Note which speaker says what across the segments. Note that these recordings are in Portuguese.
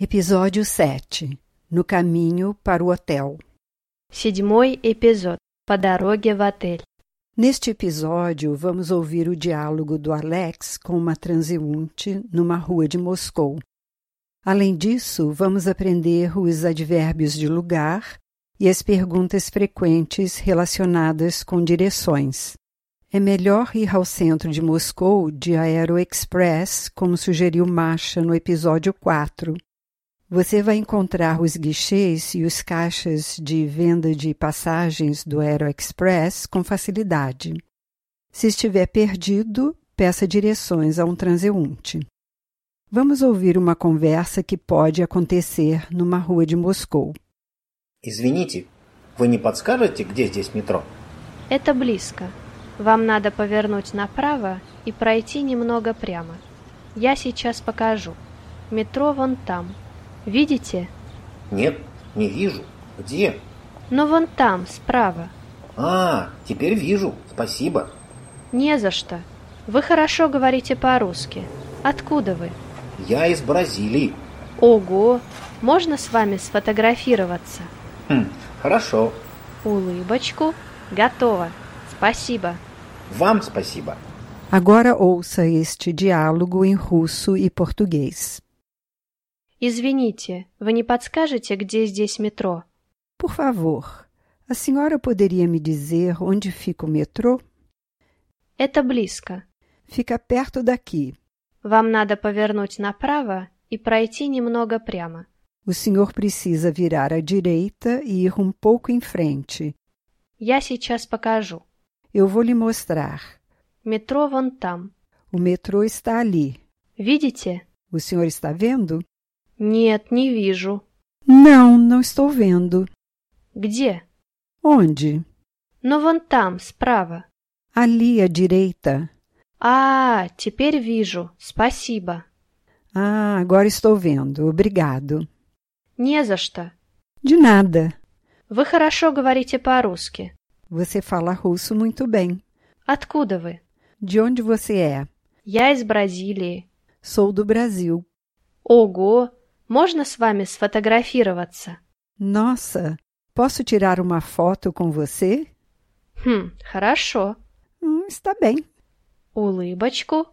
Speaker 1: Episódio 7 No caminho para o hotel.
Speaker 2: Седьмой эпизод. По дороге в отель.
Speaker 1: Neste episódio, vamos ouvir o diálogo do Alex com uma transeunte numa rua de Moscou. Além disso, vamos aprender os advérbios de lugar e as perguntas frequentes relacionadas com direções. É melhor ir ao centro de Moscou de AeroExpress, como sugeriu Masha no episódio 4. Você vai encontrar os guichês e os caixas de venda de passagens do AeroExpress com facilidade. Se estiver perdido, peça direções a um transeunte. Vamos ouvir uma conversa que pode acontecer numa rua de Moscou.
Speaker 3: Извините, вы не подскажете, где здесь метро?
Speaker 2: Это близко. Вам надо повернуть направо и пройти немного прямо. Я сейчас покажу. Метро вон там. Видите?
Speaker 3: Нет, не вижу. Где?
Speaker 2: Но Ну, вон там, справа.
Speaker 3: А, теперь вижу. Спасибо.
Speaker 2: Не за что. Вы хорошо говорите по-русски. Откуда вы?
Speaker 3: Я из Бразилии.
Speaker 2: Ого! Можно с вами сфотографироваться?
Speaker 3: Хм, хорошо.
Speaker 2: Улыбочку. Готово. Спасибо.
Speaker 3: Вам спасибо.
Speaker 1: Agora ouça este diálogo em russo e português.
Speaker 2: Извините, вы не подскажете, где здесь метро?
Speaker 1: Por favor, a senhora poderia me dizer onde fica o metrô?
Speaker 2: Это близко.
Speaker 1: Fica perto daqui.
Speaker 2: Вам надо повернуть направо и пройти немного прямо.
Speaker 1: O senhor precisa virar à direita e ir um pouco em frente.
Speaker 2: Я сейчас покажу.
Speaker 1: Eu vou lhe mostrar.
Speaker 2: Метро вон там.
Speaker 1: O metrô está ali.
Speaker 2: Видите?
Speaker 1: O senhor está vendo?
Speaker 2: Нет, не вижу.
Speaker 1: Não, não estou vendo.
Speaker 2: Где?
Speaker 1: Onde?
Speaker 2: Но вон там, справа.
Speaker 1: Ali à direita.
Speaker 2: А, теперь вижу. Спасибо.
Speaker 1: Ah, agora estou vendo. Obrigado.
Speaker 2: Не за что.
Speaker 1: De nada.
Speaker 2: Вы хорошо говорите по-русски.
Speaker 1: Você fala russo muito bem.
Speaker 2: Откуда вы?
Speaker 1: De onde você é?
Speaker 2: Я из Бразилии.
Speaker 1: Sou do Brasil.
Speaker 2: Ого! Можно с вами сфотографироваться?
Speaker 1: Nossa, posso tirar uma foto com você?
Speaker 2: Хм, хорошо.
Speaker 1: Hum, está bem.
Speaker 2: Улыбочку.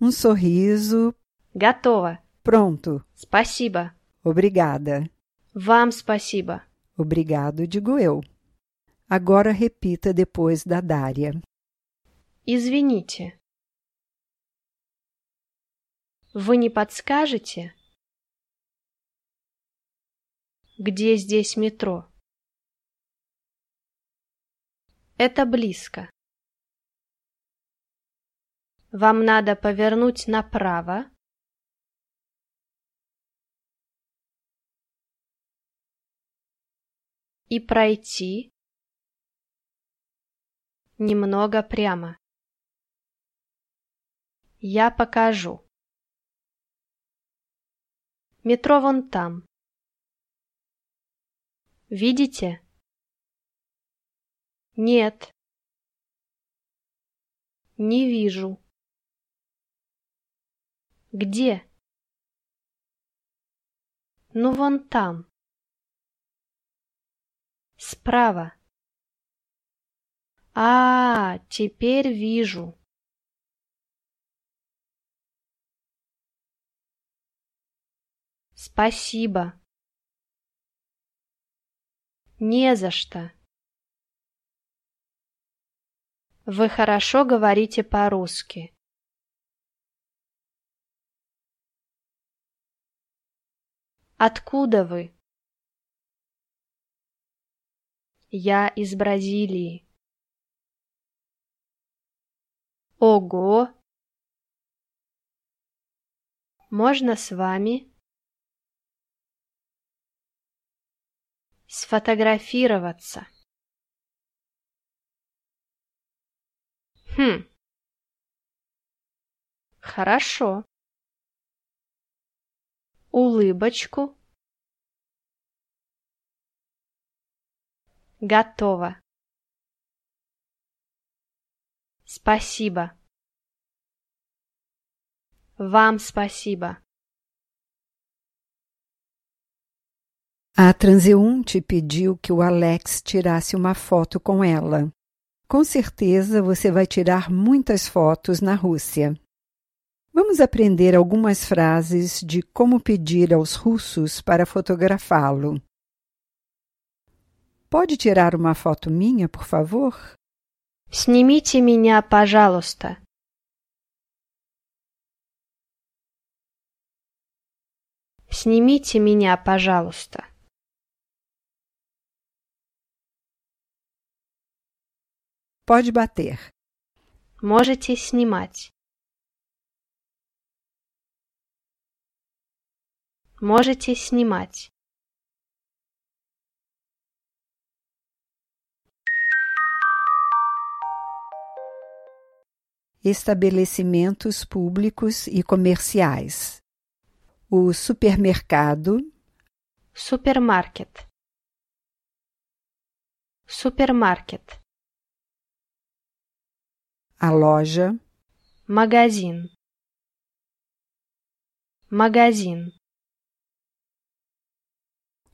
Speaker 1: Um sorriso.
Speaker 2: Готово.
Speaker 1: Pronto.
Speaker 2: Спасибо.
Speaker 1: Obrigada.
Speaker 2: Вам спасибо.
Speaker 1: Obrigado, digo eu. Agora repita depois da Dária.
Speaker 2: Извините. Вы не подскажете, где здесь метро? Это близко. Вам надо повернуть направо. И пройти немного прямо. Я покажу. Метро вон там. Видите? Нет. Не вижу. Где? Ну вон там. Справа. А, теперь вижу. Спасибо. Не за что. Вы хорошо говорите по-русски. Откуда вы? Я из Бразилии. Ого! Можно с вами? Сфотографироваться. Хм. Хорошо. Улыбочку. Готово. Спасибо. Вам спасибо.
Speaker 1: A transeunte pediu que o Alex tirasse uma foto com ela. Com certeza você vai tirar muitas fotos na Rússia. Vamos aprender algumas frases de como pedir aos russos para fotografá-lo. Pode tirar uma foto minha, por favor?
Speaker 2: Снимите меня, пожалуйста. Снимите меня, пожалуйста.
Speaker 1: Pode bater.
Speaker 2: Можете снимать. Можете снимать.
Speaker 1: Estabelecimentos públicos e comerciais. O supermercado,
Speaker 2: Супермаркет. Супермаркет.
Speaker 1: a loja,
Speaker 2: Магазин. Магазин.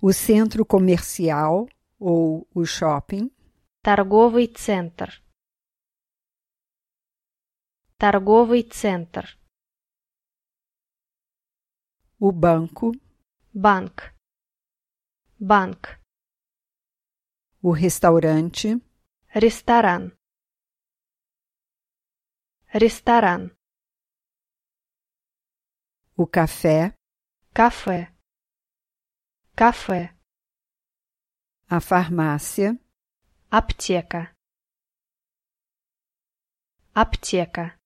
Speaker 1: o centro comercial ou o shopping,
Speaker 2: Торговый центр. Торговый центр.
Speaker 1: o banco,
Speaker 2: Банк. Банк.
Speaker 1: o restaurante,
Speaker 2: Ресторан. Ресторан.
Speaker 1: o café,
Speaker 2: Кафе. Кафе.
Speaker 1: a farmácia,
Speaker 2: Аптека. Аптека.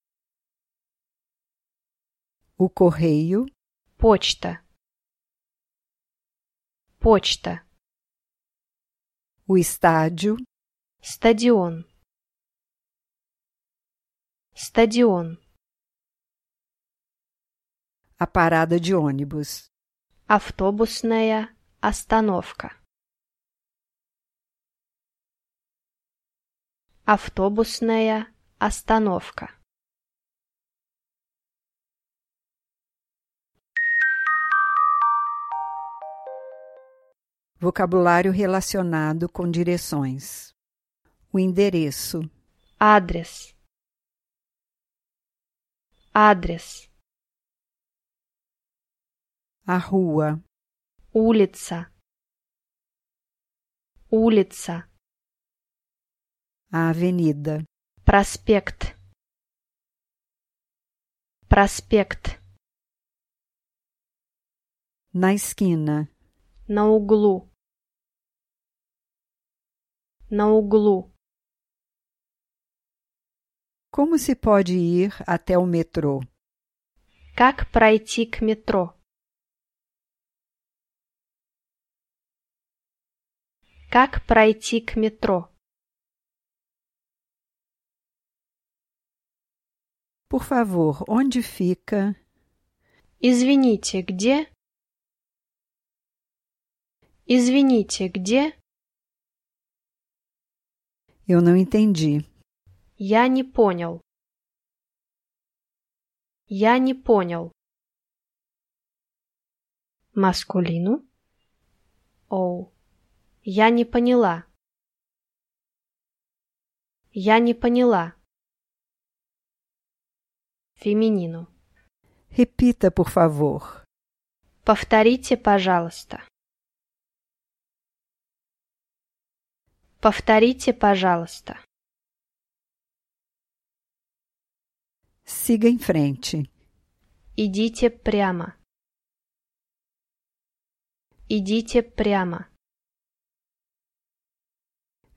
Speaker 1: o correio,
Speaker 2: Почта. Почта.
Speaker 1: o estádio,
Speaker 2: Стадион. Стадион.
Speaker 1: a parada de ônibus,
Speaker 2: Автобусная остановка. Автобусная остановка.
Speaker 1: vocabulário relacionado com direções, o endereço,
Speaker 2: Адрес. Адрес.
Speaker 1: a rua,
Speaker 2: Улица. Улица.
Speaker 1: a avenida,
Speaker 2: Проспект. Проспект.
Speaker 1: na esquina,
Speaker 2: На углу. На углу.
Speaker 1: como se pode ir até o metrô,
Speaker 2: Как пройти к метро? Как пройти к метро?
Speaker 1: por favor, onde fica,
Speaker 2: Извините, где? Извините, где?
Speaker 1: eu não entendi,
Speaker 2: Я не понял. Я не понял. Маскулину? Оу. Я не поняла. Я не поняла. Феминину.
Speaker 1: repita, por favor.
Speaker 2: Повторите, пожалуйста. Повторите, пожалуйста.
Speaker 1: Siga em frente.
Speaker 2: Идите прямо. Идите прямо.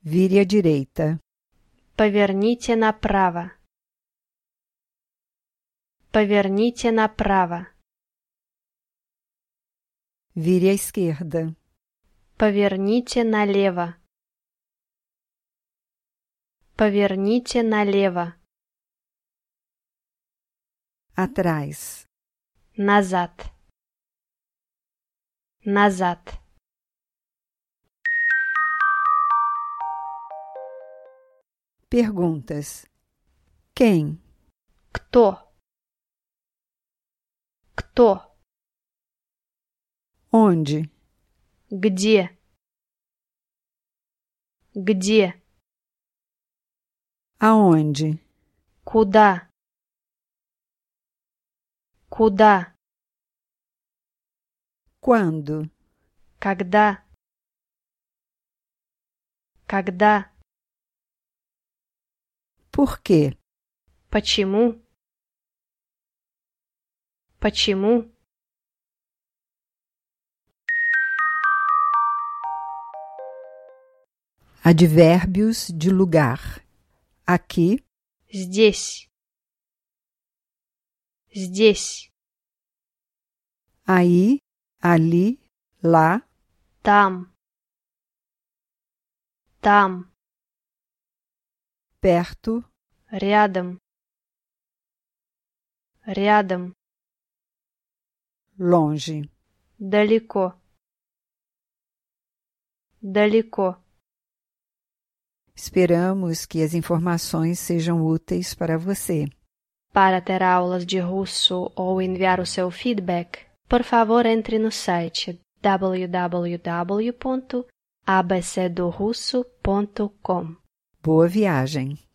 Speaker 1: Vire à direita.
Speaker 2: Поверните направо. Поверните направо.
Speaker 1: Vire à esquerda.
Speaker 2: Поверните налево. Поверните налево.
Speaker 1: Atrás.
Speaker 2: Назад. Назад.
Speaker 1: Perguntas. Quem?
Speaker 2: Кто? Кто?
Speaker 1: Onde?
Speaker 2: Где? Где?
Speaker 1: Aonde?
Speaker 2: Куда? Куда?
Speaker 1: Quando?
Speaker 2: Когда? Когда?
Speaker 1: Por quê?
Speaker 2: Почему? Почему?
Speaker 1: Advérbios de lugar. Aqui,
Speaker 2: Здесь. Здесь.
Speaker 1: aí, ali, lá,
Speaker 2: Там. Там.
Speaker 1: perto,
Speaker 2: Рядом. Рядом.
Speaker 1: longe.
Speaker 2: Далеко. Далеко.
Speaker 1: Esperamos que as informações sejam úteis para você.
Speaker 2: Para ter aulas de russo ou enviar o seu feedback, por favor entre no site www.abcdorusso.com.
Speaker 1: Boa viagem!